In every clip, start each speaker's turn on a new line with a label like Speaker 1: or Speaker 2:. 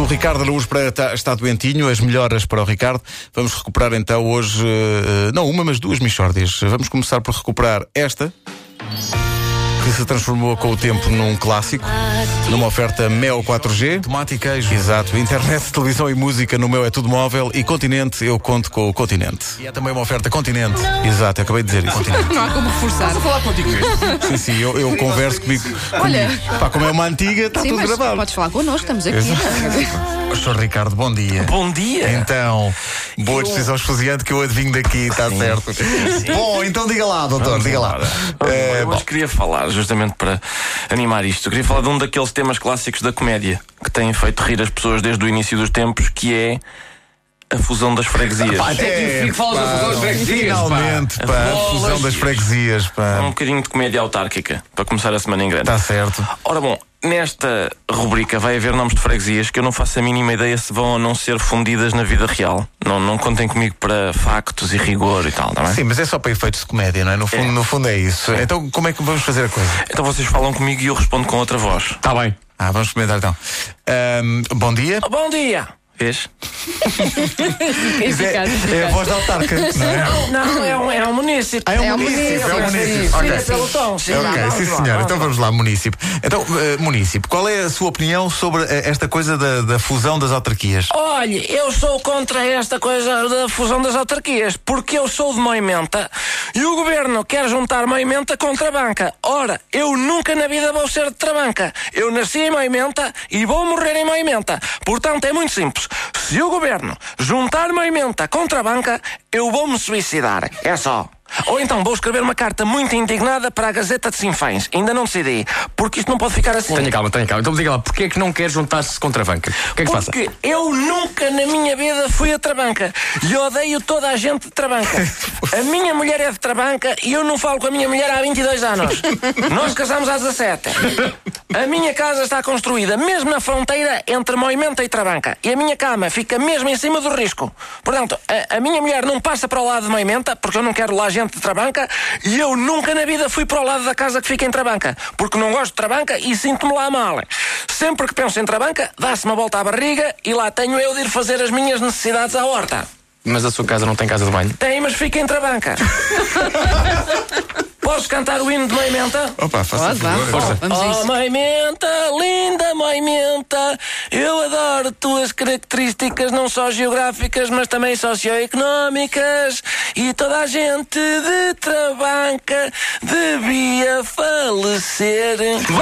Speaker 1: O Ricardo Araújo Pereira está, está doentinho, as melhoras para o Ricardo. Vamos recuperar então hoje, eh, não uma, mas duas Michórdias. Vamos começar por recuperar esta, que se transformou com o tempo num clássico, numa oferta Mel 4G.
Speaker 2: Tomate e queijo.
Speaker 1: Exato, internet, televisão e música no meu é tudo móvel e continente, eu conto com o continente.
Speaker 2: E há também uma oferta continente.
Speaker 1: Exato, eu acabei de dizer isso.
Speaker 3: Não há como reforçar.
Speaker 2: falar contigo
Speaker 1: Sim, sim, eu, eu converso comigo.
Speaker 3: Olha.
Speaker 1: Pá, como é uma antiga, está
Speaker 3: Sim,
Speaker 1: tudo
Speaker 3: mas
Speaker 1: gravado.
Speaker 3: podes falar connosco, estamos aqui.
Speaker 2: Sr. Ricardo, bom dia.
Speaker 4: Bom dia.
Speaker 2: Então, boa
Speaker 4: Eu-
Speaker 2: decisão esfuziante que eu adivinho daqui, está certo. Bom, então diga lá, doutor, diga lá. Eh,
Speaker 4: É, eu
Speaker 2: bom,
Speaker 4: hoje queria falar, justamente para animar isto, eu queria falar de um daqueles temas clássicos da comédia que tem feito rir as pessoas desde o início dos tempos, que é a fusão das freguesias.
Speaker 2: É,
Speaker 5: Até que falas da fusão das freguesias, pá.
Speaker 2: finalmente, pá, a
Speaker 4: Bolas.
Speaker 2: fusão das freguesias,
Speaker 4: É um
Speaker 2: pá.
Speaker 4: bocadinho de comédia autárquica, para começar a semana em grande.
Speaker 2: Está certo.
Speaker 4: Ora bom, nesta rubrica vai haver nomes de freguesias que eu não faço a mínima ideia se vão ou não ser fundidas na vida real. Não, não contem comigo para factos e rigor e tal, não é?
Speaker 2: Sim, mas é só para efeitos de comédia, não é? No fundo,
Speaker 4: É.
Speaker 2: no fundo é isso. Então, como é que vamos fazer a coisa?
Speaker 4: Então vocês falam comigo e eu respondo com outra voz.
Speaker 2: Está bem. Ah, vamos experimentar então. Ahm, bom dia.
Speaker 4: Bom dia! Vês?
Speaker 3: Eficaz,
Speaker 2: É a
Speaker 3: eficaz.
Speaker 2: voz da autarca, não é?
Speaker 4: Não, é um, é um munícipe.
Speaker 2: Ah, é um
Speaker 3: É um
Speaker 2: munícipe, é um
Speaker 3: munícipe,
Speaker 2: munícipe. Ok.
Speaker 4: pelotão.
Speaker 2: Ok, sim senhor. Então vamos lá, munícipe. Então, eh, munícipe, qual é a sua opinião sobre eh, esta coisa da, da fusão das autarquias?
Speaker 4: Olha, eu sou contra esta coisa da fusão das autarquias, porque eu sou de Moimenta e o governo quer juntar Moimenta com Trabanca. Ora, eu nunca na vida vou ser de Trabanca. Eu nasci em Moimenta e vou morrer em Moimenta. Portanto, é muito simples. Se o governo juntar Moimenta com Trabanca, eu vou me suicidar. É só. Ou então vou escrever uma carta muito indignada para a Gazeta de Sinfãs. Ainda não decidi, porque isto não pode ficar assim.
Speaker 5: Tenha calma, tenha calma. Então diga lá, porquê é que não quer juntar-se contra a banca? O que é que se passa?
Speaker 4: Porque eu nunca na minha vida fui a Trabanca e odeio toda a gente de Trabanca. A minha mulher é de Trabanca e eu não falo com a minha mulher há 22 anos. Nós casamos há 17. A minha casa está construída mesmo na fronteira entre Moimenta e Trabanca e a minha cama fica mesmo em cima do risco. Portanto, a, a minha mulher não passa para o lado de Moimenta porque eu não quero lá gente de Trabanca e eu nunca na vida fui para o lado da casa que fica em Trabanca porque não gosto de Trabanca e sinto-me lá mal. Sempre que penso em Trabanca, dá-se uma volta à barriga e lá tenho eu de ir fazer as minhas necessidades à horta.
Speaker 5: Mas a sua casa não tem casa de banho?
Speaker 4: Tem, mas fica em Trabanca. Posso cantar o hino de Moimenta?
Speaker 2: Opa, faça
Speaker 3: Pode, vá.
Speaker 2: favor.
Speaker 5: Força.
Speaker 3: Vamos a
Speaker 4: Oh,
Speaker 3: isso.
Speaker 4: mãe menta, linda mãe menta, eu adoro tuas características, não só geográficas, mas também socioeconómicas. E toda a gente de Trabanca devia falecer.
Speaker 3: Muito.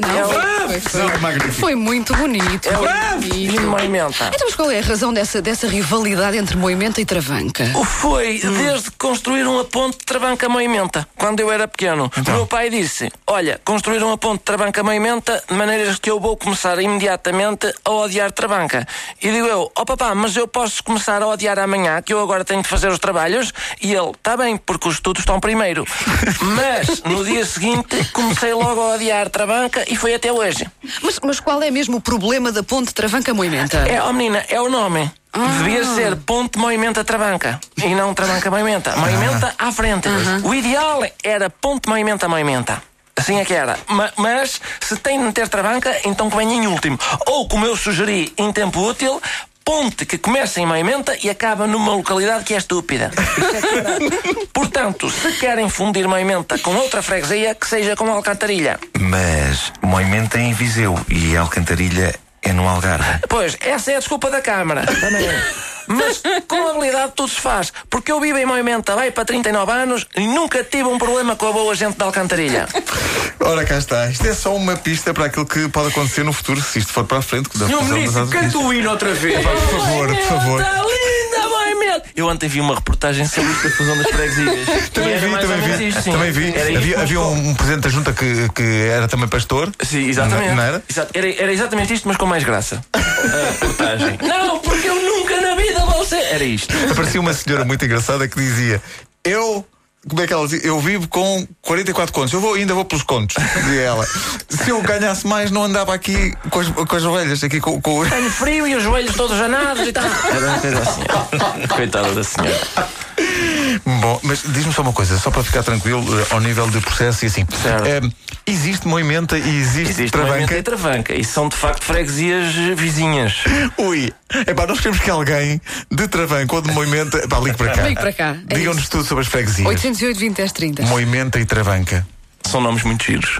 Speaker 3: Não, foi- foi-
Speaker 2: É magnífico.
Speaker 3: Foi muito bonito.
Speaker 4: É Bravo!
Speaker 3: foi
Speaker 4: E
Speaker 3: bonito.
Speaker 4: mãe menta.
Speaker 3: Então, mas qual é a razão dessa, dessa rivalidade entre Moimenta e Travanca?
Speaker 4: O foi desde que construíram a ponte de Trabanca Moimenta, quando eu era pequeno. Meu pai disse: Olha, construíram a ponte de Trabanca Moimenta de maneiras que eu vou começar imediatamente a odiar Trabanca. E digo eu: Oh papá, mas eu posso começar a odiar amanhã, que eu agora tenho que fazer os trabalhos? E ele: Está bem, porque os estudos estão primeiro. mas no dia seguinte comecei logo a odiar Trabanca e foi até hoje.
Speaker 3: Mas, mas qual é mesmo o problema da ponte Travanca-Moimenta?
Speaker 4: É, oh menina, é o nome. Devia ser Ponte Moimenta Trabanca e não Trabanca Moimenta. Moimenta à frente. O ideal era Ponte Moimenta Moimenta. Assim é que era. Ma- mas se tem de ter Trabanca, então que venha em último. Ou, como eu sugeri, em tempo útil, Ponte que começa em Moimenta e acaba numa localidade que é estúpida. Isso é que era. Portanto, se querem fundir Moimenta com outra freguesia, que seja com Alcantarilha.
Speaker 6: Mas Moimenta é em Viseu e Alcantarilha é no Algarve.
Speaker 4: Pois, essa é a desculpa da Câmara. Também é. Mas com habilidade tudo se faz. Porque eu vivo em Moimenta vai para 39 anos e nunca tive um problema com a boa gente da Alcantarilha.
Speaker 2: Então, Ora, cá está. Isto é só uma pista para aquilo que pode acontecer no futuro, se isto for para a frente. com a fusão das autarquias.
Speaker 5: o hino outra vez.
Speaker 2: Por favor, por favor.
Speaker 4: Está é linda, Moimenta! Eu ontem vi uma reportagem sobre isto da fusão das freguesias. E
Speaker 2: Também
Speaker 4: era
Speaker 2: vi,
Speaker 4: mais ou
Speaker 2: também
Speaker 4: menos
Speaker 2: vi.
Speaker 4: isto, sim.
Speaker 2: Também vi.
Speaker 4: Era isto
Speaker 2: Havia,
Speaker 4: que
Speaker 2: havia
Speaker 4: mostrou.
Speaker 2: um presidente da junta que, que era também pastor.
Speaker 4: Sim, exatamente.
Speaker 2: Não- é? não era?
Speaker 4: Exato. Era, era exatamente isto, mas com mais graça. A reportagem. Não, porque eu nunca na vida vou ser. Era isto.
Speaker 2: Aparecia uma senhora muito engraçada que dizia: Eu. Como é que ela dizia? Eu vivo com 44 contos. Eu vou, ainda vou pelos contos, dizia ela. Se eu ganhasse mais, não andava aqui com as, com as orelhas, aqui com, com...
Speaker 4: Tenho frio e os joelhos todos anados e tal. Era uma coisa assim. Coitada da senhora.
Speaker 2: Bom, mas diz-me só uma coisa, só para ficar tranquilo eh, ao nível de processo e assim.
Speaker 4: Certo.
Speaker 2: Eh, existe Moimenta e existe,
Speaker 4: Existe Moimenta
Speaker 2: Travanca.
Speaker 4: e Travanca e são de facto freguesias eh, vizinhas.
Speaker 2: Ui, é pá, nós queremos que alguém de Travanca ou de Moimenta. Epá, ligue para cá.
Speaker 3: Ligue para cá, é
Speaker 2: Digam-nos tudo sobre as freguesias.
Speaker 3: 808 20 10 30.
Speaker 2: Moimenta e Travanca.
Speaker 4: São nomes muito giros.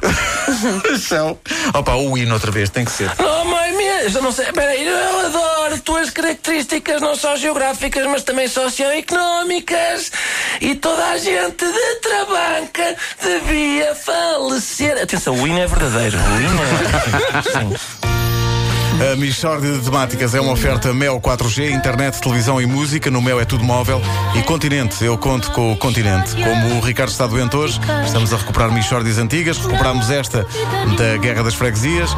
Speaker 2: São. Opa, o hino outra vez, tem que ser.
Speaker 4: Oh, mãe minha, eu não sei. Peraí, eu adoro tuas características, não só geográficas, mas também socioeconómicas. E toda a gente de Trabanca devia falecer. Atenção, o hino é verdadeiro. O hino é. Sim.
Speaker 1: A Michórdia de Temáticas é uma oferta Mel 4G, internet, televisão e música. No Mel é tudo móvel. E Continente, eu conto com o Continente. Como o Ricardo está doente hoje, estamos a recuperar Michórdias antigas. Recuperámos esta da Guerra das Freguesias,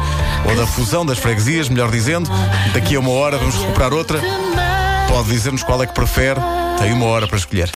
Speaker 1: ou da Fusão das Freguesias, melhor dizendo. Daqui a uma hora vamos recuperar outra. Pode dizer-nos qual é que prefere. Tem uma hora para escolher.